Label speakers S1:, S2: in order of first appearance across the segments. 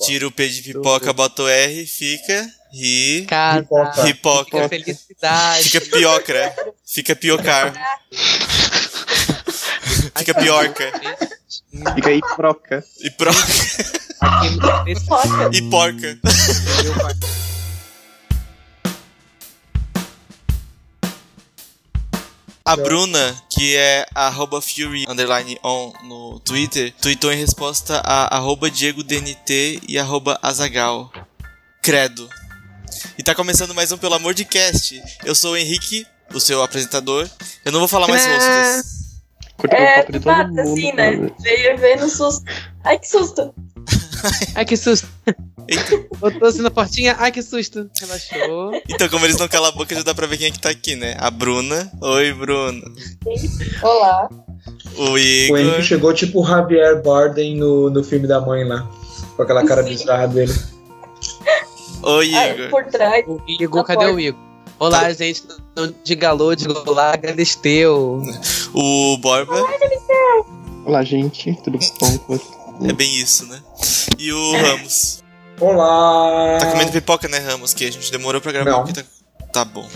S1: Tira o P de pipoca, bota o R, fica. Ri.
S2: Casa,
S3: Ripoca.
S2: fica
S1: Ripoca.
S2: felicidade.
S1: Fica piocra. Fica piocar. Fica piorca.
S3: Fica aí, proca.
S1: E, pro...
S2: Esse podcast
S1: e porca.
S2: é meu quarto.
S1: A Bruna, que é arroba Fury underline on no Twitter, tweetou em resposta a arroba Diego DNT e arroba Azagal. Credo. E tá começando mais um Pelo Amor de Cast. Eu sou o Henrique, o seu apresentador. Eu não vou falar mais rostos.
S3: Cortou o
S4: É,
S3: papo de
S4: do
S3: todo
S4: nada,
S3: mundo.
S4: assim, né? Veio, veio no susto. Ai, que susto.
S2: Ai, que susto.
S1: Eita.
S2: Botou assim na portinha. Ai, que susto. Relaxou.
S1: Então, como eles não calam a boca, já dá pra ver quem é que tá aqui, né? A Bruna. Oi, Bruna.
S4: Olá.
S1: O
S5: O Henrique
S1: Igor.
S5: chegou tipo o Javier Bardem no, no filme da mãe lá. Com aquela cara
S4: Sim.
S5: bizarra dele.
S1: Oi,
S4: Ai,
S1: Igor.
S4: por trás.
S2: O Igor, cadê o Igor? Olá, gente. Não diga alô, diga olá, agradeceu.
S1: O Borba.
S3: Olá, gente. Tudo bom com vocês?
S1: É bem isso, né? E o Ramos.
S5: Olá!
S1: Tá comendo pipoca, né, Ramos? Que a gente demorou pra gravar.
S5: Não.
S1: porque Tá... tá bom.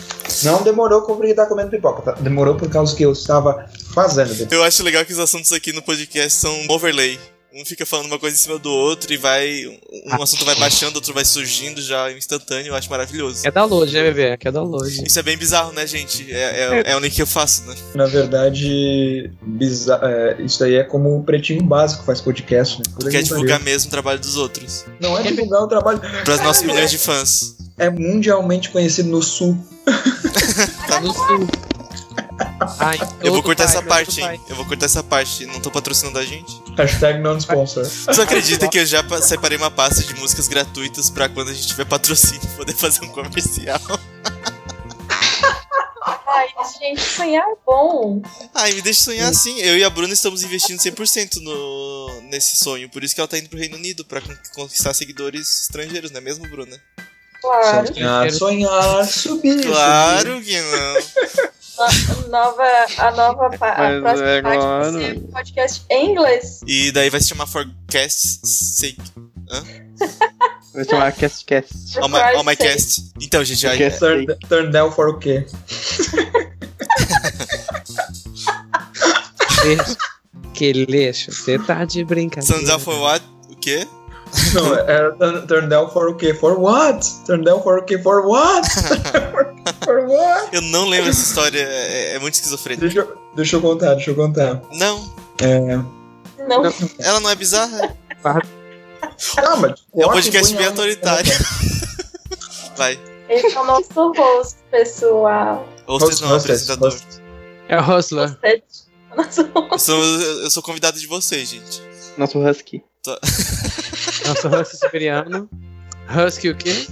S5: Não demorou porque tá comendo pipoca. tá? Demorou por causa que eu estava fazendo pipoca.
S1: Eu acho legal que os assuntos aqui no podcast são um overlay. Um fica falando uma coisa em cima do outro e vai. Um assunto vai baixando, outro vai surgindo já instantâneo. Eu acho maravilhoso.
S2: Quer download, né, bebê? Quer download.
S1: Isso é bem bizarro, né, gente? É, é, é o link que eu faço, né?
S5: Na verdade, biza- é, isso aí é como o pretinho básico faz podcast, né? Por
S1: Tu quer
S5: aí,
S1: é divulgar mesmo o trabalho dos outros.
S5: valeu. Não é divulgar o trabalho.
S1: Pras nossas milhões de fãs.
S5: É mundialmente conhecido no sul.
S2: Tá no sul. Ai,
S1: Eu vou cortar
S2: pai,
S1: essa
S2: outro
S1: parte,
S2: pai.
S1: hein? Eu vou cortar essa parte. Não tô patrocinando a gente.
S5: Hashtag non sponsor.
S1: Tu acredita que eu já pa- separei uma pasta de músicas gratuitas pra quando a gente tiver patrocínio poder fazer um comercial?
S4: Ai, gente, sonhar é bom.
S1: Ai, me deixa sonhar assim. Eu e a Bruna estamos investindo 100% no, nesse sonho. Por isso que ela tá indo pro Reino Unido, pra con- conquistar seguidores estrangeiros, não é mesmo, Bruna?
S4: Claro.
S5: Sonhar, sonhar, subir.
S1: Claro que não.
S4: A nova, a nova pa- a
S3: Mas
S4: próxima
S3: é
S4: parte
S3: agora.
S4: vai ser podcast em inglês.
S1: E daí vai se chamar Forecast Sake.
S3: Vai chamar CastCast.
S1: All my, all my cast. Então, gente, aí,
S3: Cast
S5: Turn,
S3: Day.
S5: turn down for o quê?
S2: Beijo. Que lixo, você tá de brincadeira.
S1: Stands Out for What? O quê?
S5: Não, era turn, turn down for o quê? For what? Turn down for o quê? For what? for what?
S1: Eu não lembro essa história, é, é muito esquizofrênica.
S5: Deixa eu, deixa eu contar, deixa eu contar. É,
S1: Não,
S4: Não,
S1: ela não é bizarra.
S5: Ah, mas
S1: É um podcast bem autoritário. Vai,
S4: ele é o nosso host, pessoal.
S1: ou vocês não, apresentador.
S2: É o Hustler.
S4: É o nosso host.
S1: Eu sou, eu sou convidado de vocês, gente.
S3: Nosso Husky.
S2: Nosso Husky siberiano. Husky o quê?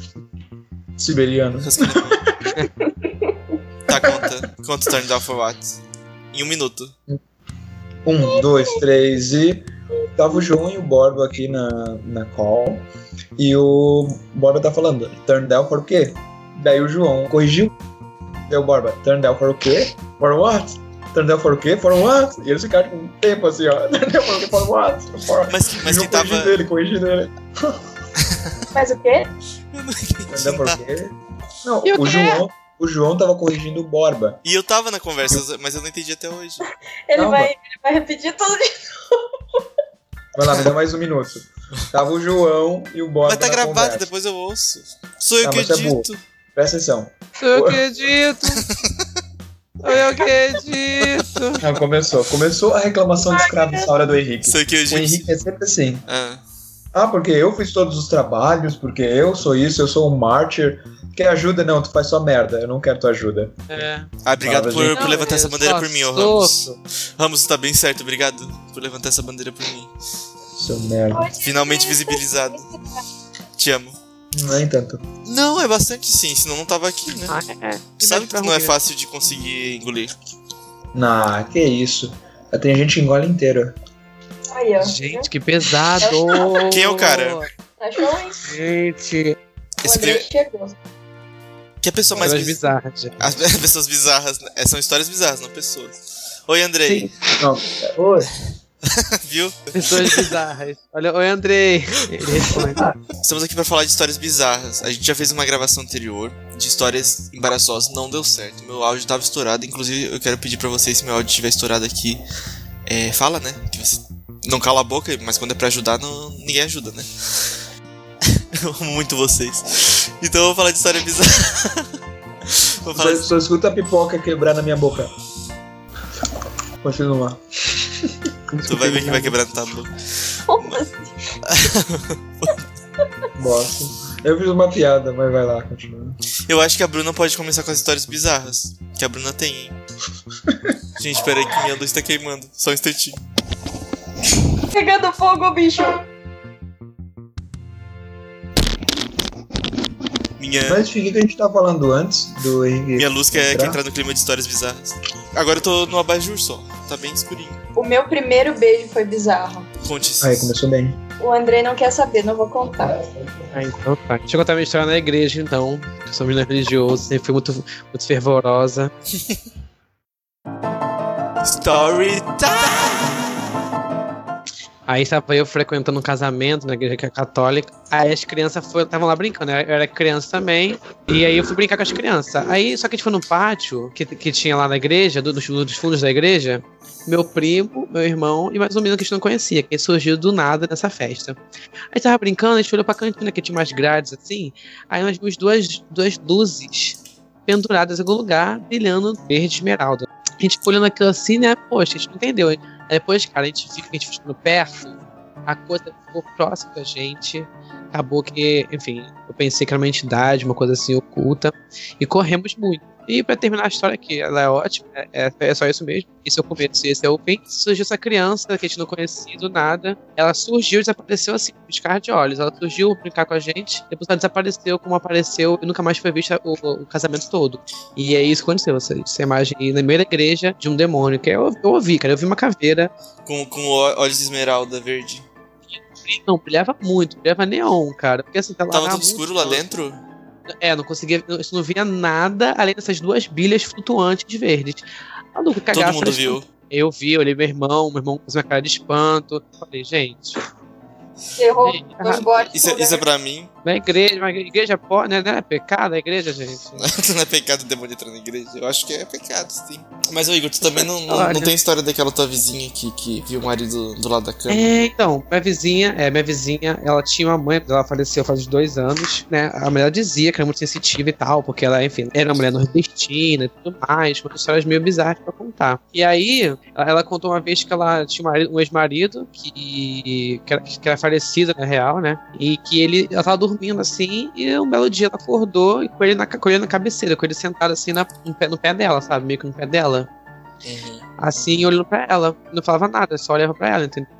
S5: Siberiano.
S1: Tá, conta. Conta o Turn Down for What? Em um minuto.
S5: Um, dois, três e. Tava o João e o Borba aqui na, na call. E o Borba tá falando, turn down for o quê? Daí o João corrigiu. Daí o Borba, turn down for o quê? For what? Turn down for o quê? For what? E eles ficaram com um tempo assim, ó. Turn down for o quê? For what? For what?
S1: Mas, mas
S5: O
S1: quem
S5: João
S1: tava.
S5: Corrigindo ele, corrigindo ele. né?
S4: Mas o quê?
S1: Eu não entendi
S5: Entendeu por
S1: nada.
S5: quê? Não,
S2: E o
S5: o, João, o João tava corrigindo o Borba.
S1: E eu tava na conversa, mas eu não entendi até hoje.
S4: Ele
S5: Calma.
S4: vai, ele vai repetir tudo de
S5: Vai lá, me dá mais um minuto. Tava o João e o Borba.
S1: Mas tá
S5: na
S1: gravado, né?
S5: conversa.
S1: depois eu ouço. Sou eu
S5: Tá,
S1: que
S5: mas é burro.
S1: edito.
S5: Presta atenção.
S2: Eu acredito. Eu acredito.
S5: Não, começou. Começou a reclamação de escravo nessa hora do Henrique.
S1: Sou eu que
S5: O
S1: edito.
S5: Henrique é sempre assim.
S1: Ah,
S5: Ah, porque eu fiz todos os trabalhos, porque eu sou isso, eu sou um mártir. Quer ajuda? Não, tu faz só merda. Eu não quero tua ajuda.
S2: É.
S1: Ah, obrigado
S5: Fala,
S1: por,
S5: gente.
S1: por levantar essa
S2: eu
S1: bandeira
S2: só
S1: por mim, ô Ramos.
S2: sofro.
S1: Ramos, tu tá bem certo, obrigado por levantar essa bandeira por mim.
S5: Seu merda.
S4: coisa.
S1: Finalmente visibilizado. Te amo.
S5: é Nem tanto.
S1: Não, é bastante sim, senão não tava aqui, né?
S2: Ah, é.
S1: Sabe que não é
S2: Verdade,
S1: fácil de conseguir engolir.
S5: Ah, que isso. Tem gente que engole inteiro.
S4: Aí, ó.
S2: Gente, que pesado.
S1: Quem é o cara?
S4: Achou, hein?
S2: Gente,
S1: Esse
S4: O André
S1: primeiro-
S4: Tá chegou.
S1: Que a pessoa mais
S2: mais
S1: biz-
S2: bizarra. gente.
S1: As as pessoas bizarras, né? É, São histórias bizarras, não pessoas. Oi, Andrei.
S5: Oi.
S1: Viu?
S2: Pessoas bizarras. Olha, oi Andrei. Ele responde.
S1: Estamos aqui pra falar de histórias bizarras. A gente já fez uma gravação anterior de histórias embaraçosas, não deu certo. Meu áudio tava estourado, inclusive eu quero pedir pra vocês se meu áudio estiver estourado aqui, é, fala, né? Que você não cala a boca, mas quando é pra ajudar, não, ninguém ajuda, né? eu amo muito vocês. Então eu vou falar de história bizarra. vou falar
S5: Só, só escuta a pipoca quebrar na minha boca. Continua.
S1: Tu vai ver que vai quebrar no tabu.
S4: Como assim?
S5: Bosta. Eu fiz uma piada, mas vai lá, continua.
S1: Eu acho que a Bruna pode começar com as histórias bizarras. Que a Bruna tem, hein? Gente, peraí que minha luz tá queimando. Só um instantinho.
S4: tá Pegando fogo, bicho.
S1: Minha,
S5: Mas enfim, o que que a gente tá falando antes do Henrique?
S1: minha luz quer, quer
S5: entrar?
S1: entrar no clima de histórias bizarras. Agora eu tô no abajur só. Tá bem escurinho.
S4: O meu primeiro beijo foi bizarro.
S1: Conte isso.
S5: Aí, começou bem.
S4: O Andrei não quer saber, não vou contar.
S2: Ah, então tá. Deixa eu contar minha história na igreja, então. Eu sou um menino religioso, sempre fui muito, muito fervorosa.
S1: Story time!
S2: Aí estava eu frequentando um casamento na igreja que é católica. Aí as crianças foram- estavam lá brincando, né? eu era criança também. E aí eu fui brincar com as crianças. Aí só que a gente foi num pátio que, que tinha lá na igreja, do- dos, dos fundos da igreja. Meu primo, meu irmão e mais um menino que a gente não conhecia, que surgiu do nada nessa festa. Aí tava brincando, a gente olhou pra cantina que tinha mais grades assim. Aí nós vimos duas, duas luzes penduradas em algum lugar, brilhando verde esmeralda. A gente ficou olhando aquilo assim, né? Poxa, a gente não entendeu. Aí Depois, cara, a gente viu que a gente foi ficando perto, a coisa ficou próxima da gente. Acabou que, enfim, eu pensei que era uma entidade, uma coisa assim oculta. E corremos muito. E pra terminar a história aqui, ela é ótima, é- é, é só isso mesmo. Esse é o começo, esse é o fim. Surgiu essa criança que a gente não conhecia do nada. Ela surgiu, desapareceu assim, com piscar de olhos. Ela surgiu brincar com a gente, depois ela desapareceu como apareceu e nunca mais foi vista o, o casamento todo. E é isso que aconteceu, essa, essa imagem aí na primeira igreja de um demônio, que eu, eu ouvi, cara, eu vi uma caveira,
S1: Com, com ó- olhos de esmeralda verde.
S2: não, brilhava muito, brilhava neon, cara, porque assim, tava,
S1: Tava
S2: lá
S1: tudo
S2: muito-
S1: escuro lá dentro?
S2: É, não conseguia, não, isso não via nada além dessas duas bilhas flutuantes verdes. Maluco,
S1: Todo
S2: cagaço,
S1: mundo
S2: parece-
S1: viu.
S2: Eu vi, eu olhei meu irmão, meu irmão fez uma cara de espanto, falei, gente,
S4: Errou.
S2: gente, tá
S4: Dois botes.
S1: Isso, é- isso é pra mim.
S2: na igreja, uma igreja pode, né, né, pecado a igreja, gente.
S1: não é pecado o demônio entrar na igreja? Eu acho que é pecado, sim. Mas, ô Igor, tu também não, não,
S2: Olha.
S1: não tem história daquela tua vizinha que, que viu o marido do lado da cama?
S2: É, então, minha vizinha, é, minha vizinha, ela tinha uma mãe, ela faleceu faz uns dois anos, né? A mulher dizia que era muito sensitiva e tal, porque ela, enfim, era uma mulher nordestina e tudo mais, umas histórias meio bizarras pra contar. E aí, ela, ela contou uma vez que ela tinha um mari- um ex-marido que, que, era, que era falecido, na real, né? E que ele, ela tava dormindo assim, e um belo dia ela acordou e com ele na, ca- com ele na cabeceira, com ele sentado assim na- no, pé, no pé dela, sabe? Meio que no pé dela
S1: Uhum.
S2: assim, olhando pra ela. Não falava nada, só olhava pra ela, entendeu?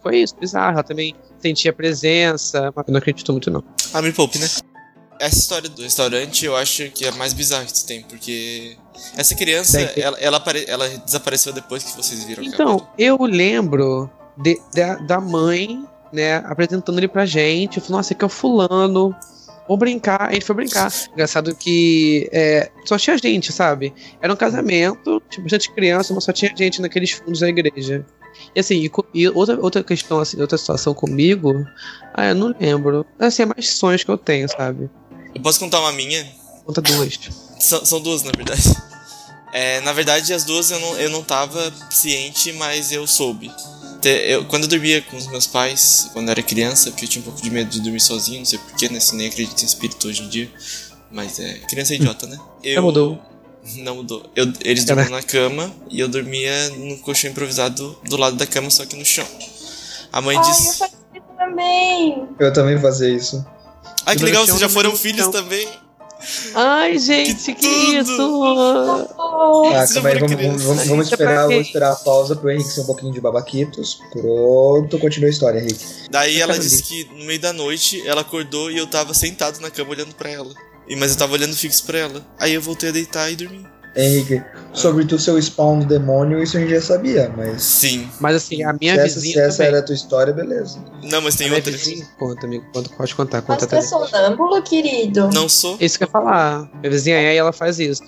S2: Foi isso, bizarro. Ela também sentia presença, mas eu não acredito muito, não.
S1: Ah, me poupe, né? Essa história do restaurante eu acho que é a mais bizarra que tu tem, porque essa criança,
S2: Tem que-
S1: ela, ela, apare- ela desapareceu depois que vocês viram a
S2: Então,
S1: câmera.
S2: eu lembro de- da, da mãe, né, apresentando ele pra gente. Falou, nossa, aqui é o fulano. Vamos brincar. A gente foi brincar. Engraçado que é, só tinha gente, sabe? Era um casamento, tinha bastante criança, mas só tinha gente naqueles fundos da igreja. E assim, e co- e outra, outra questão, assim, outra situação comigo, ah, eu não lembro. Assim, é mais sonhos que eu tenho, sabe?
S1: Eu posso contar uma minha?
S2: Conta duas.
S1: São, são duas, na verdade. É, na verdade, as duas eu não, eu não tava ciente, mas eu soube. Te- Eu, quando eu dormia com os meus pais, quando eu era criança, porque eu tinha um pouco de medo de dormir sozinho, não sei porquê, né? Assim, nem acredito em espírito hoje em dia. Mas é, criança é idiota, né? Eu,
S2: mudou. É, né?
S1: Não mudou. Eu, eles dormiam na cama e eu dormia no colchão improvisado do lado da cama, só que no chão. A mãe
S4: Ai, eu
S1: disse.
S4: faço isso também.
S5: Eu também fazia isso.
S1: Ai, "Ah, que
S2: no
S1: legal,
S2: chão,
S1: vocês já
S2: no
S1: foram
S2: chão.
S1: filhos também.
S2: Ai, gente, que,
S1: tudo!
S2: isso!
S4: Oh,
S5: Ah,
S1: Vocês
S5: calma aí,
S1: foram
S5: vamos,
S1: crianças.
S5: vamos- vamos- vamos
S2: Isso é pra
S5: esperar,
S2: quê?
S5: vamos esperar a pausa pro Henrique ser um pouquinho de babaquitos. Pronto, continua a história, Henrique.
S1: Daí
S2: Eu
S1: ela
S2: quero
S1: disse que no meio da noite ela acordou e eu tava sentado na cama olhando pra ela. E mas eu tava olhando fixo pra ela. Aí eu voltei a deitar e dormi.
S5: Henrique, sobre tu seu spawn do demônio, isso a gente já sabia, mas.
S1: Sim.
S2: Mas assim, a minha
S5: se essa, se
S2: vizinha.
S5: essa
S2: também.
S5: era a tua história, beleza.
S1: Não, mas
S2: A
S1: tem
S2: minha
S1: outra.
S2: vizinha. Conta, amigo, conta, pode contar,
S4: mas
S2: conta tá
S4: tu é
S2: também.
S4: sonâmbulo, querido.
S1: Não sou.
S2: Isso que eu ia falar. Minha vizinha é e ela faz isso.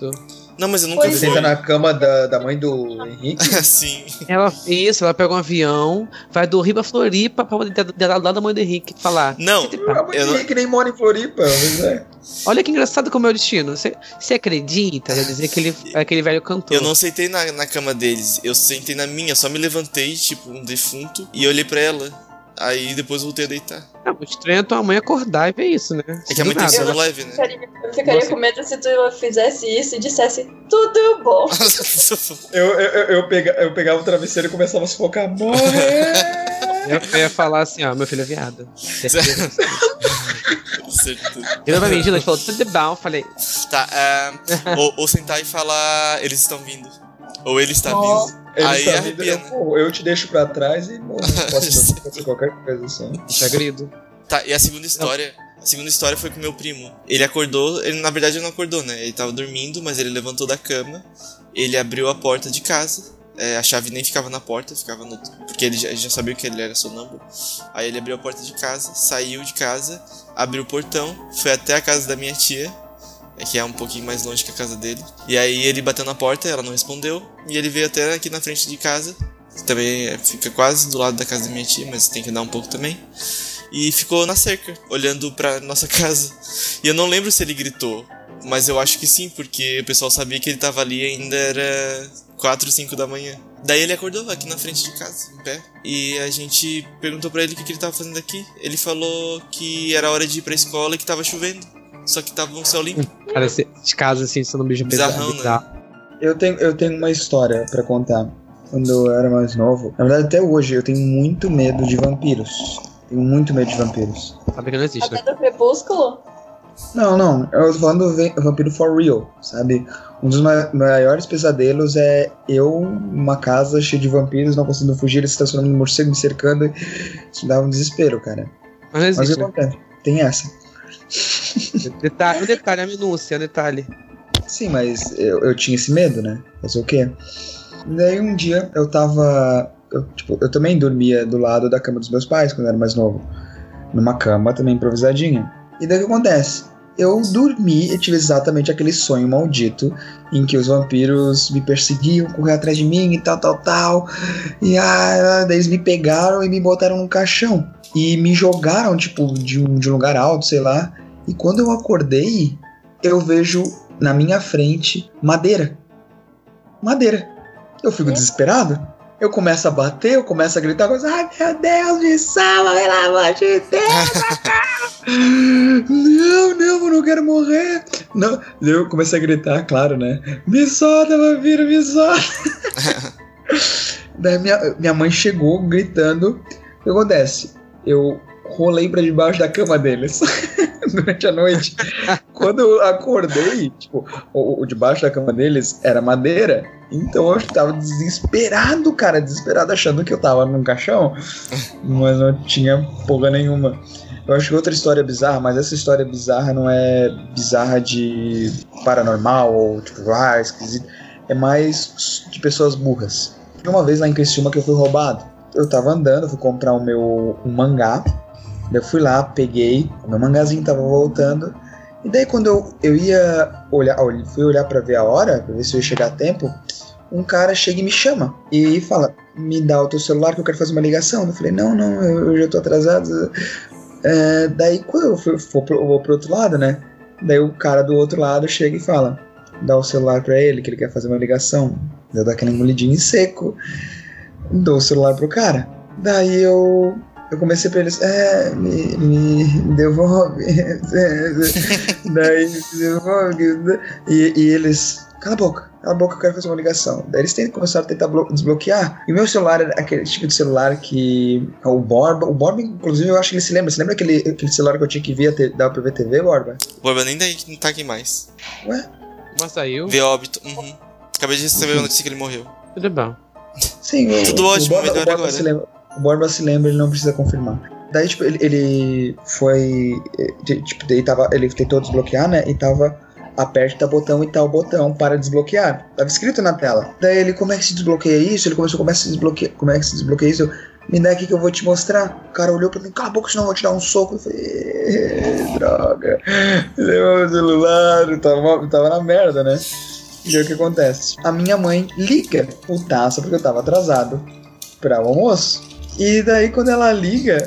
S1: Não, mas eu nunca
S4: Pois
S1: vi.
S5: Senta na cama da, da mãe do Henrique.
S1: Sim.
S2: Ela, isso, ela pega um avião, vai do Rio pra Floripa pra poder dar- dar lá da mãe do Henrique e falar.
S1: Não,
S5: A mãe
S1: Eu
S5: do
S1: não-
S5: Ah, Henrique nem mora em Floripa, mas é.
S2: Olha que engraçado como é o destino. Você você acredita? Já dizia aquele, aquele velho cantor.
S1: eu não sentei na, na cama deles. Eu sentei na minha, só me levantei, tipo, um defunto, e olhei pra ela. Aí depois voltei a deitar.
S2: Ah, o estranho é tua mãe acordar e ver isso, né?
S1: É que a
S2: Do
S1: mãe tem
S2: nada.
S1: sono leve,
S4: Eu
S1: né?
S4: ficaria, eu ficaria
S2: Nossa.
S4: com medo se tu fizesse isso e dissesse tudo bom.
S5: Eu, eu, eu, eu pega- eu pegava o travesseiro e começava a sufocar. Morre!
S2: Eu ia falar assim, ó, meu filho é viado.
S1: Certeza.
S2: Ele vai mentir, ele falou tudo de bom. Eu Falei,
S1: tá, ah, ou, ou sentar e falar, eles estão vindo. Ou ele está
S4: Ó.
S1: vindo.
S5: Ele
S1: Aí
S5: tá
S1: arrepia,
S5: vindo, eu, pô, eu te deixo pra trás e morro. Posso fazer qualquer coisa assim.
S2: segredo.
S1: Tá, e a segunda história. A segunda história foi com meu primo. Ele acordou, ele na verdade ele não acordou, né? Ele tava dormindo, mas ele levantou da cama, ele abriu a porta de casa. é, a chave nem ficava na porta, ficava no. Porque ele já, já sabia que ele era sonâmbulo. Aí ele abriu a porta de casa, saiu de casa, abriu o portão, foi até a casa da minha tia, é, que é um pouquinho mais longe que a casa dele. E aí ele bateu na porta, ela não respondeu, e ele veio até aqui na frente de casa. que Também é, fica quase do lado da casa da minha tia, mas tem que andar um pouco também e ficou na cerca, olhando pra nossa casa. E eu não lembro se ele gritou, mas eu acho que sim, porque o pessoal sabia que ele tava ali e ainda era 4, 5 da manhã. Daí ele acordou aqui na frente de casa, em pé, e a gente perguntou pra ele o que, que ele tava fazendo aqui. Ele falou que era hora de ir pra escola e que tava chovendo, só que tava um céu limpo.
S2: Cara, esse, esse caso assim, sendo bicho
S1: Bizarrão,
S2: bizarro.
S1: né?
S2: bizarro.
S5: Eu tenho, eu tenho uma história pra contar. Quando eu era mais novo. Na verdade, até hoje eu tenho muito medo de vampiros. Tenho muito medo de vampiros.
S2: Sabe que não existe,
S1: é-
S2: né?
S4: Até do crepúsculo?
S5: Não, não. Eu tô falando do ve- vampiro for real, sabe? Um dos ma- maiores pesadelos é eu numa casa cheia de vampiros, não conseguindo fugir, eles se transformando em morcego, me cercando. Isso me dava um desespero, cara.
S2: Mas não
S5: Mas
S2: existe. né?
S5: acontece. Tem essa.
S2: Detalhe, um detalhe, a minúcia, um detalhe.
S5: Sim, mas eu, eu tinha esse medo, né? Fazer o quê? E daí um dia eu tava. Eu, tipo, eu também dormia do lado da cama dos meus pais quando eu era mais novo. Numa cama também improvisadinha. E daí o que acontece? Eu dormi e tive exatamente aquele sonho maldito em que os vampiros me perseguiam, corriam atrás de mim e tal, tal, tal. E ah, daí eles me pegaram e me botaram num caixão. E me jogaram, tipo, de um, de um lugar alto, sei lá. E quando eu acordei, eu vejo na minha frente madeira. Madeira. Eu fico desesperado. Eu começo a bater, eu começo a gritar, coisa, ai meu Deus, me salva, pelo amor de Deus! não, não, eu não quero morrer! Não. Eu comecei a gritar, claro, né? Me solta, vampiro, me solta! Daí minha, minha mãe chegou gritando. O que acontece? Eu rolei pra debaixo da cama deles durante a noite. Quando eu acordei, tipo, o, o debaixo da cama deles era madeira. Então eu tava desesperado, cara, desesperado, achando que eu tava num caixão. Mas não tinha porra nenhuma. Eu acho que outra história bizarra, mas essa história bizarra não é bizarra de paranormal ou tipo, ah, esquisito. É mais de pessoas burras. Tinha uma vez lá em Criciúma que eu fui roubado. Eu tava andando, fui comprar o meu um mangá. Daí Eu fui lá, peguei, o meu mangazinho tava voltando. E daí quando eu, eu ia olhar, olh- fui olhar pra ver a hora, pra ver se eu ia chegar a tempo, um cara chega e me chama. E fala, me dá o teu celular que eu quero fazer uma ligação. Eu falei, não, não, eu, eu já tô atrasado. É, daí quando eu, fui, for pro, eu vou pro outro lado, né? Daí o cara do outro lado chega e fala, dá o celular pra ele que ele quer fazer uma ligação. Daí Eu dou aquela engolidinha em seco, dou o celular pro cara. Daí eu eu comecei pra eles, é, me, me devolve. É, Daí, me devolve. E, e eles, cala a boca, cala a boca, eu quero fazer uma ligação. Daí eles tentam, começaram a tentar blo- desbloquear. E o meu celular era aquele tipo de celular que é o Borba, o Borba, inclusive, eu acho que ele se lembra. Você lembra aquele, aquele celular que eu tinha que via te- da UPVTV, Borba?
S1: O Borba nem daí não tá aqui mais.
S2: Mas saiu,
S1: Vê óbito. Uhum. Acabei de receber a notícia que ele morreu.
S2: tudo bom.
S5: Sim, o-
S1: Tudo
S5: o
S1: ótimo,
S5: Borba-
S1: melhor
S5: o Borba
S1: agora.
S5: Se lembra, o Borba se lembra, ele não precisa confirmar. Daí, tipo, ele, ele foi. eh, de- Tipo, daí tava, ele tentou desbloquear, né? E tava. Aperta botão e tal botão para desbloquear. Tava escrito na tela. Daí ele, como é que se desbloqueia isso? Ele começou, como é que se desbloqueia, como é que se desbloqueia isso? Eu, Me dá aqui que eu vou te mostrar. O cara olhou pra mim, cala a boca, senão eu vou te dar um soco. Eu falei, "Eh, droga. Levou meu celular, eu tava, eu tava na merda, né? E aí o que acontece? A minha mãe liga o taça porque eu tava atrasado pra o almoço. E daí quando ela liga,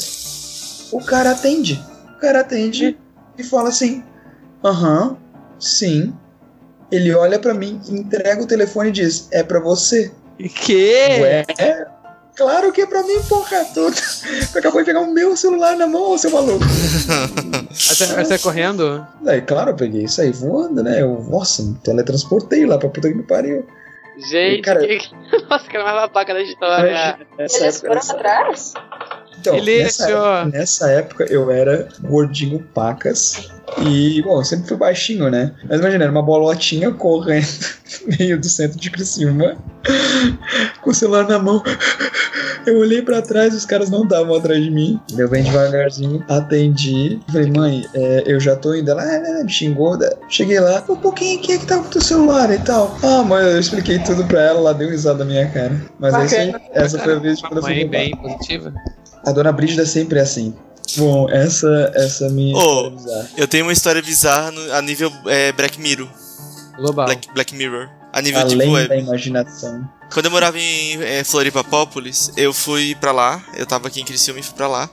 S5: o cara atende. O cara atende e fala assim: "Aham, sim". Ele olha pra mim, entrega o telefone e diz: "É pra você".
S2: Que?
S5: Ué? Claro que é pra mim, porra. Tu, tá, tu acabou de pegar o meu celular na mão, seu maluco.
S2: Até, até tá correndo?
S5: Daí, claro, eu peguei isso aí voando, né? Eu, nossa, me teletransportei lá pra puta que me pariu.
S6: Gente,
S5: Cara-
S6: que... nossa, que era mais babaca da história.
S5: Nessa
S4: Eles foram
S5: nessa-
S4: atrás?
S5: Então,
S2: Felício!
S5: nessa, época- nessa época eu era gordinho pacas. E, bom, eu sempre fui baixinho, né? Mas imagina, era uma bolotinha correndo no meio do centro de Criciúma, com o celular na mão. Eu olhei pra trás, os caras não estavam atrás de mim. Eu bem devagarzinho, atendi. Falei, mãe, é, eu já tô indo. Ela ah, né, né, me xingou. da- Cheguei lá, um pouquinho, quem é que tá com o teu celular e tal? Ah, mãe, eu expliquei tudo pra ela, ela deu risada na minha cara. Mas é isso aí. essa foi a vez de quando eu fui
S2: Mãe
S5: roubar.
S2: bem positiva.
S5: A dona Brígida sempre é assim. Bom, essa, essa minha.
S1: Ô.
S5: história bizarra.
S1: Eu tenho uma história bizarra no- a nível é, Black Mirror.
S2: Global.
S1: Black, Black Mirror. A nível de
S5: Além da
S1: web.
S5: imaginação.
S1: Quando eu morava em eh, Floripapópolis, eu fui pra lá. Eu tava aqui em Criciúma e fui pra lá.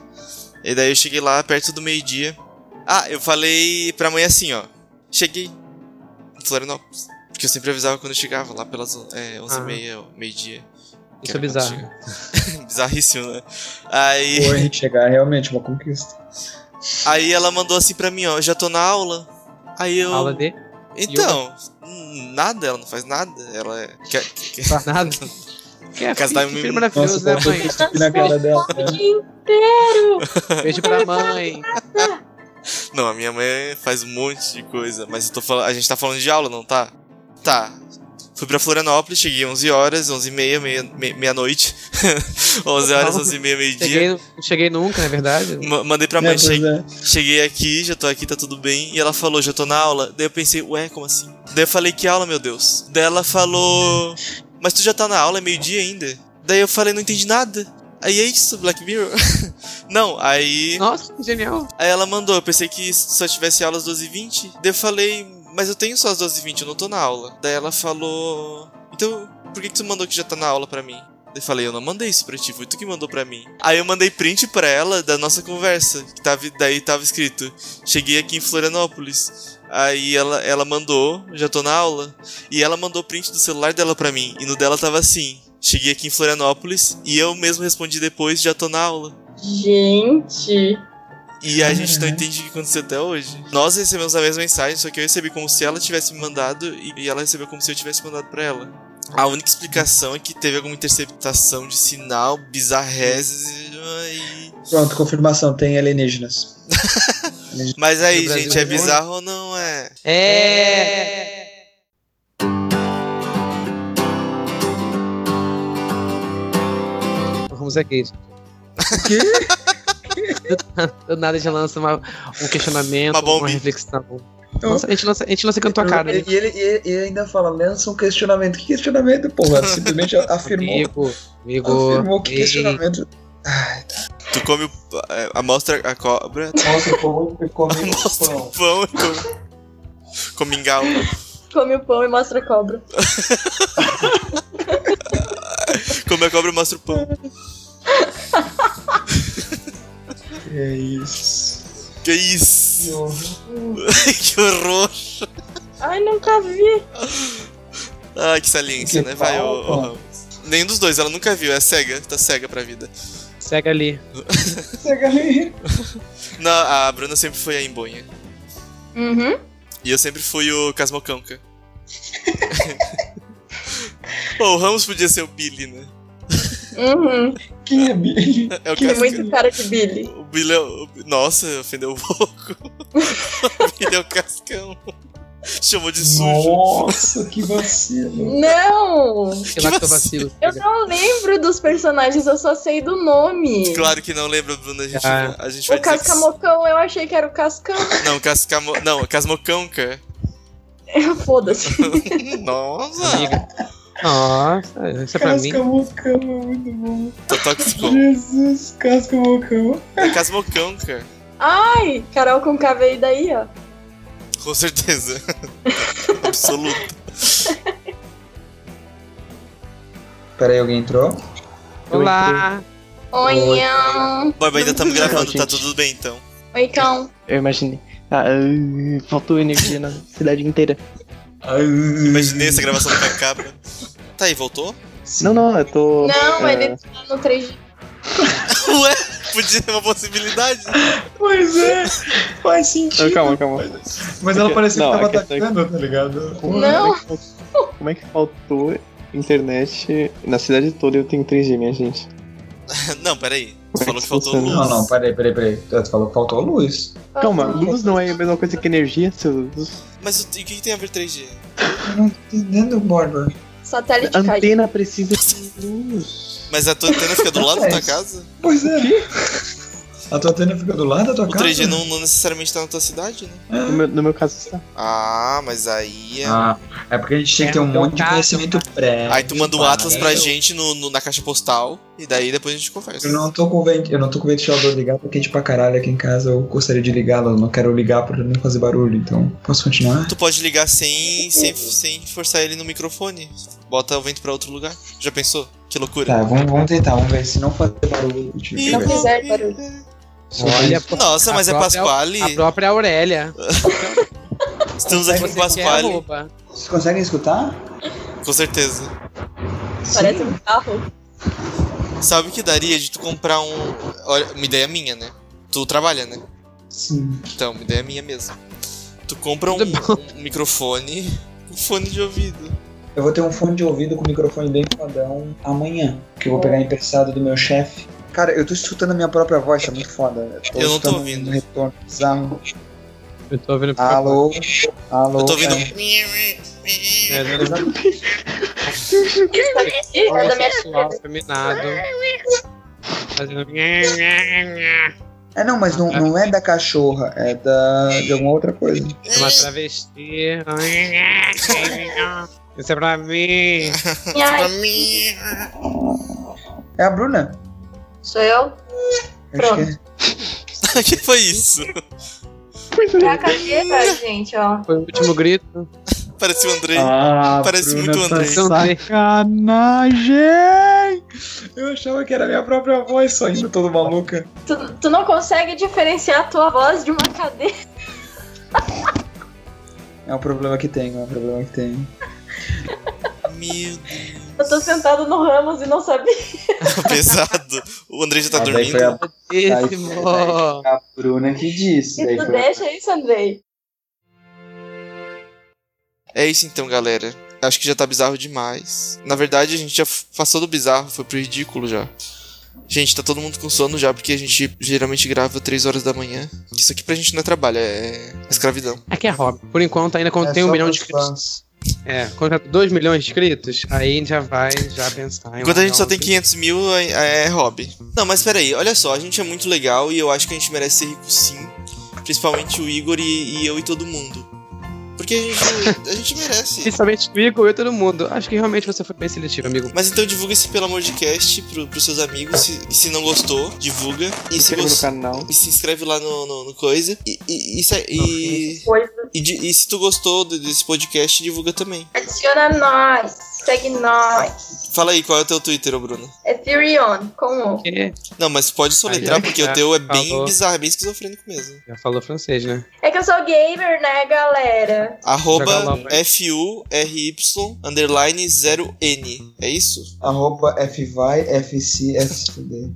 S1: E daí eu cheguei lá perto do meio-dia. Ah, eu falei pra mãe assim, ó. Cheguei em Florianópolis. Porque eu sempre avisava quando eu chegava lá pelas eh, 11h30, ou meio-dia. Que
S2: Isso é
S1: era
S2: bizarro.
S1: quando chega. Bizarríssimo, né? Aí...
S5: Ou a gente chegar realmente uma conquista.
S1: Aí ela mandou assim pra mim, ó, já tô na aula. Aí eu.
S2: Aula de
S1: então, hum, nada, ela não faz nada. Ela é. Que, que- que-
S2: nada. Que é
S1: Casa
S2: filho,
S1: da
S2: que
S1: minha-
S2: filho
S5: Nossa,
S2: maravilhoso, né,
S5: eu tô
S2: mãe?
S5: aqui na cara dela. né?
S2: Beijo pra mãe.
S1: Não, a minha mãe faz um monte de coisa, mas eu tô falando, a gente tá falando de aula, não tá? Tá. Fui pra Florianópolis, cheguei 11 horas, 11 e meia, meia- me- meia-noite. 11 horas, 11 e meia, meio-dia.
S2: Cheguei, cheguei nunca, na verdade.
S1: Ma- Mandei pra
S5: É,
S1: mãe,
S5: pois
S1: cheguei,
S5: é.
S1: cheguei aqui, já tô aqui, tá tudo bem. E ela falou, já tô na aula. Daí eu pensei, ué, como assim? Daí eu falei, que aula, meu Deus? Daí ela falou, mas tu já tá na aula, é meio-dia ainda? Daí eu falei, não entendi nada. Aí é isso, Black Mirror. não, aí.
S2: Nossa, que genial.
S1: Aí ela mandou, eu pensei que só tivesse aula às 12h20. Daí eu falei, mas eu tenho só às 12h20, eu não tô na aula. Daí ela falou, então por que, que tu mandou que já tá na aula pra mim? Daí Eu falei, eu não mandei isso pra ti, foi tu que mandou pra mim. Aí eu mandei print pra ela da nossa conversa, que tava, daí tava escrito, cheguei aqui em Florianópolis. Aí ela, ela mandou, já tô na aula, e ela mandou print do celular dela pra mim, e no dela tava assim, cheguei aqui em Florianópolis, e eu mesmo respondi depois, já tô na aula.
S4: Gente.
S1: E a gente não
S5: Uhum.
S1: entende o que aconteceu até hoje. Nós recebemos a mesma mensagem, só que eu recebi como se ela tivesse me mandado e e ela recebeu como se eu tivesse mandado pra ela. A única explicação é que teve alguma interceptação de sinal, bizarrezes e.
S5: é- Pronto, confirmação, tem alienígenas.
S1: Mas aí,
S2: No Brasil
S1: gente, é
S2: é bom.
S1: bizarro ou não é?
S2: É. Vamos aqui.
S5: quê?
S2: Do nada já lança uma- um questionamento,
S1: Uma
S2: uma,
S1: bomba.
S2: reflexão. Lança- a gente lança, a gente lança com a tua cara, né?
S5: E Então, ele, e ele- e ele ainda fala, lança um questionamento. Que questionamento, porra? Simplesmente afirmou,
S2: Amigo, amigo.
S5: afirmou que
S2: Ei,
S5: questionamento.
S1: Tu come o. p- é, Amostra a cobra,
S5: Nossa, o povo ficou
S1: amostra o pão e come. Come mingau.
S4: Come o pão e mostra a cobra.
S1: Come a cobra e mostra o pão.
S5: É isso.
S1: Que isso? que horror!
S4: Ai, nunca vi.
S1: Ah, que saliência,
S5: Que
S1: né? Vai, ô. ô
S5: pau, pô.
S1: Ramos. Nenhum dos dois, ela nunca viu, é cega, tá cega pra vida.
S2: Segue ali.
S5: Pega ali.
S1: Não, a Bruna sempre foi a Embonha.
S4: Uhum.
S1: E eu sempre fui o Casmocanca. Pô, o Ramos podia ser o Billy, né?
S4: Uhum.
S5: Quem é Billy?
S1: É o
S5: Que
S4: Tem
S1: Cas-
S4: muito cara de Billy.
S1: O Billy é o... Nossa, ofendeu um pouco. o Billy é o Cascão. Chamou de sujo.
S5: Nossa, que vacilo.
S4: Não!
S2: Que lá que eu
S1: vacilo.
S2: vacilo.
S4: Eu não lembro dos personagens, eu só sei do nome.
S1: Claro que não lembra, Bruna. A gente,
S2: Ah.
S1: a gente vai
S4: O
S1: dizer que-
S4: Cascamocão, eu achei que era o Cascão.
S1: Não, Cascamo... Não, Casmocanca.
S4: Foda-se.
S1: Nossa,
S2: Amiga. Nossa, isso é pra mim.
S5: Casca Mocão é muito bom.
S1: Totoxicon.
S5: Jesus, Casca Mocão.
S1: É Casmocanca.
S4: Ai, Carol com K veio daí, ó.
S1: Com certeza. Absoluto.
S5: Peraí, alguém entrou?
S2: Olá!
S4: Oi,
S1: Borba, ainda estamos gravando, tá
S3: gente.
S1: tudo bem então.
S4: Oi, cão.
S3: Eu imaginei. Ah, ah, faltou energia na cidade inteira.
S1: Imaginei essa gravação do macabra. Tá aí, voltou?
S3: Não, não, eu tô.
S4: Não,
S3: é,
S4: ele tá no 3G.
S1: Ué, podia ter uma possibilidade.
S5: Pois é, faz
S3: não,
S5: sentido.
S3: calma, calma.
S5: Mas ela
S3: Porque-
S5: parecia
S3: não,
S5: que tava
S3: a questão é que-
S5: atacando, tá ligado?
S3: Como
S4: Não.
S3: é que faltou- Como é que faltou internet na cidade toda? Eu tenho 3G, minha gente.
S1: Não, peraí. Tu
S3: Como
S1: falou
S3: é que
S1: que faltou
S3: funciona?
S5: Não,
S1: luz.
S5: não, tá. peraí, peraí, peraí. Tu falou que faltou luz.
S3: Calma, luz não é a mesma coisa que energia, seus.
S1: Mas o- e o que, que tem a ver 3G?
S5: Eu não tô entendendo, Borba.
S4: Satélite
S3: A
S4: caiu.
S3: antena precisa de luz.
S1: Mas a tua antena fica do lado da tua
S5: Mas-
S1: casa?
S5: Pois é. A tua antena fica do lado da tua
S1: O
S5: casa? É.
S1: 3G não, não necessariamente tá na tua cidade, né?
S3: No meu, no meu caso está.
S1: Ah, mas aí é.
S5: Ah, é porque a gente tinha que ter um
S2: É,
S5: monte de
S2: cara.
S5: conhecimento prévio.
S1: aí tu manda o
S5: pai.
S1: Atlas pra gente no, no- na caixa postal e daí depois a gente conversa.
S5: né? Eu não tô com o vent- eu não tô com o ventilador ligado porque quente pra caralho aqui em casa. Eu gostaria de ligá-lo, eu não quero ligar pra não fazer barulho, então posso continuar?
S1: Tu pode ligar sem, sem, sem forçar ele no microfone. Bota o vento pra outro lugar. Já pensou? Que loucura.
S5: Tá, vamos, vamos tentar, vamos ver se não fazer barulho. tipo, Deixa
S1: E
S5: eu ver.
S4: Não fizer barulho.
S2: Olha,
S1: Nossa,
S2: a
S1: mas é
S2: própria-
S1: Pasquale?
S2: A própria Aurélia.
S1: Estamos aqui com o
S2: Você é quer a
S1: Pasquale,
S2: roupa.
S5: Vocês conseguem escutar?
S1: com certeza.
S4: Parece um carro.
S1: Sabe o que daria de tu comprar um. Olha, uma ideia minha, né? Tu trabalha, né?
S5: Sim.
S1: Então, uma ideia minha mesmo. Tu compra um,
S2: Tudo
S1: um microfone, um fone de ouvido.
S5: Eu vou ter um fone de ouvido com microfone bem fodão amanhã, que eu vou pegar emprestado do meu chefe. Cara, eu tô escutando a minha própria voz, tá muito foda.
S1: Eu não tô
S5: escutando
S1: ouvindo.
S5: Um retorno bizarro.
S2: Eu tô
S5: Ah,
S2: ouvindo
S5: Alô? Alô?
S1: Eu tô ouvindo. um-
S5: cara.
S2: né? É, né?
S4: Ih, é da minha
S2: Sexual, feminado. Fazendo. É
S5: É, não, mas não, não é da cachorra, é da, de alguma outra coisa.
S2: É uma travesti. Isso é pra mim.
S4: Ai,
S1: um-
S5: É a Bruna?
S4: Sou eu?
S5: Eu acho que é.
S1: O que foi isso?
S4: É a cadeira, gente, ó.
S2: Foi o último grito.
S1: Parece o Andrei.
S5: Ah,
S1: Parece muito o Andrei.
S2: São três.
S5: Sacanagem! Eu achava que era a minha própria voz saindo todo maluca.
S4: Tu, tu não consegue diferenciar a tua voz de uma cadeira.
S5: É o problema que tenho, é o problema que tenho.
S1: Meu Deus. Tá
S4: Eu tô sentado no Ramos e não sabia.
S1: Pesado. O Andrei já tá
S5: Ah, daí
S1: dormindo.
S5: foi a-
S2: Décimo.
S5: A Bruna que disse.
S4: E
S5: daí
S4: tu
S5: foi-
S4: deixa isso, Andrei.
S1: É isso então, galera. Acho que já tá bizarro demais. Na verdade, a gente já f- passou do bizarro, foi pro ridículo já. Gente, tá todo mundo com sono já, porque a gente geralmente grava 3 horas da manhã. Isso aqui pra gente não é trabalho, é escravidão.
S2: Aqui é Rob. Por enquanto ainda quando
S5: É
S2: tem um
S5: só
S2: milhão de
S5: pros
S2: inscritos.
S5: fãs.
S2: É, quando tem 2 milhões de inscritos, aí a gente já vai já pensar. em
S1: Enquanto a gente
S2: largar
S1: só
S2: um
S1: tem 500 mil, é, é hobby. Não, mas peraí, olha só, a gente é muito legal e eu acho que a gente merece ser rico sim. Principalmente o Igor e, e eu e todo mundo. Porque a gente, a gente merece.
S2: Principalmente comigo, eu e todo mundo. Acho que realmente você foi bem seletivo, amigo.
S1: Mas então divulga esse Pelo Amor de Cast pro, pros seus amigos. Se, e se não gostou, divulga. E se,
S3: Inscreva no
S1: gostou.
S3: canal.
S1: E se inscreve lá no, no, no coisa. E, e, e, se- e,
S4: Coisa.
S1: e di- e se tu gostou de- desse podcast, divulga também.
S4: Adiciona nós. Segue nós.
S1: Fala aí, qual é o teu Twitter, ô Bruno?
S4: Ethereum, com o.
S2: E
S1: Não, mas pode soletrar,
S2: Aí,
S1: porque
S2: já
S1: o teu é bem
S2: falou.
S1: bizarro, é bem esquizofrênico mesmo.
S2: já falou francês, né?
S4: É que eu sou gamer, né,
S2: Joga
S4: galera?
S2: lá,
S1: Arroba
S2: vai.
S1: FURY underline 0N. É isso?
S5: Arroba FVAI FCSD.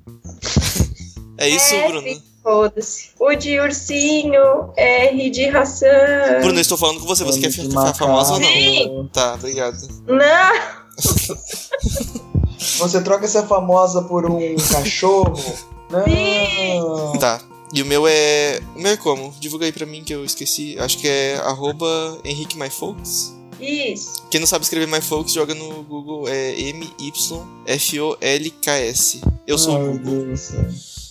S1: É isso,
S4: É,
S1: Bruno?
S4: Foda-se. O de ursinho, R de ração.
S1: Bruno, eu estou falando com você. Você quer ficar famosa ou não?
S4: Sim.
S1: Tá, obrigado.
S4: Não!
S5: Você troca essa famosa por um cachorro? Não.
S1: Tá. E o meu é. O meu é como? Divulga aí pra mim que eu esqueci. Acho que é arroba Henrique My Folks.
S4: Isso.
S1: Quem não sabe escrever My Folks, joga no Google. É M-Y-F-O-L-K-S. Eu sou um o
S3: Ah,
S5: Ai,
S1: Google.
S5: Deus do céu.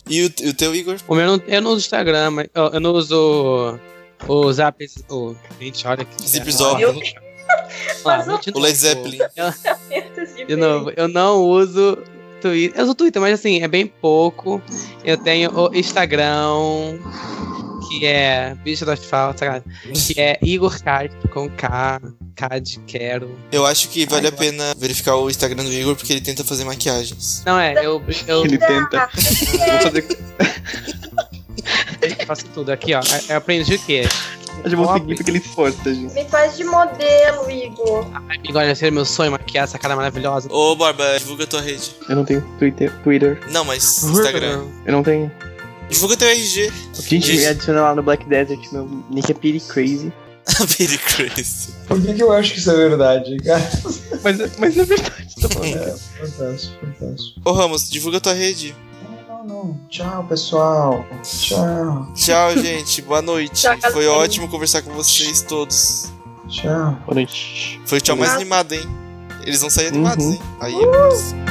S1: E o, e o teu, Igor?
S2: O meu não, eu não uso Instagram, mas eu, eu não uso o, o Zap. O, gente, olha aqui.
S1: Zip Zop.
S4: Eu-
S1: O Led Zeppelin.
S2: De novo, eu não uso Twitter. Eu uso Twitter, mas assim, é bem pouco. Eu tenho o Instagram, tá que é Bicho do Asfalto, sacanagem, que é Igor Castro com K. Cad, quero.
S1: Eu acho que vale a pena verificar o Instagram do Igor porque ele tenta fazer maquiagens.
S2: Não, é, eu, eu
S3: Ele tenta. Vou fazer.
S2: faço tudo aqui, ó. Eu aprendi o quê?
S3: Eu vou
S2: Pobre.
S3: seguir porque ele esforça, gente.
S4: Me faz de modelo, Igor.
S2: Amigo, olha, seria meu sonho maquiar essa cara maravilhosa.
S1: Ô, Barba, divulga tua rede.
S3: Eu não tenho Twitter. Twitter.
S1: Não, mas Instagram.
S3: Eu não tenho.
S1: Divulga teu RG.
S3: Gente, é?
S1: Gente.
S3: me adiciona lá no Black Desert. Meu nick é Piri Crazy.
S1: Billy Crazy.
S5: Por que, que eu acho que isso é verdade, cara?
S3: Mas, mas é verdade, tô falando.
S5: É, fantástico, fantástico.
S1: Ô, Ramos, divulga tua rede.
S5: Não, não, não. Tchau, pessoal. Tchau,
S1: Tchau, gente. Boa noite.
S4: Tchau,
S1: Foi
S4: galera.
S1: ótimo conversar com vocês todos.
S5: tchau.
S3: Boa noite.
S1: Foi o tchau mais
S4: Nossa.
S1: animado, hein? Eles vão sair animados,
S3: Uhum.
S1: hein? Aí é bonito.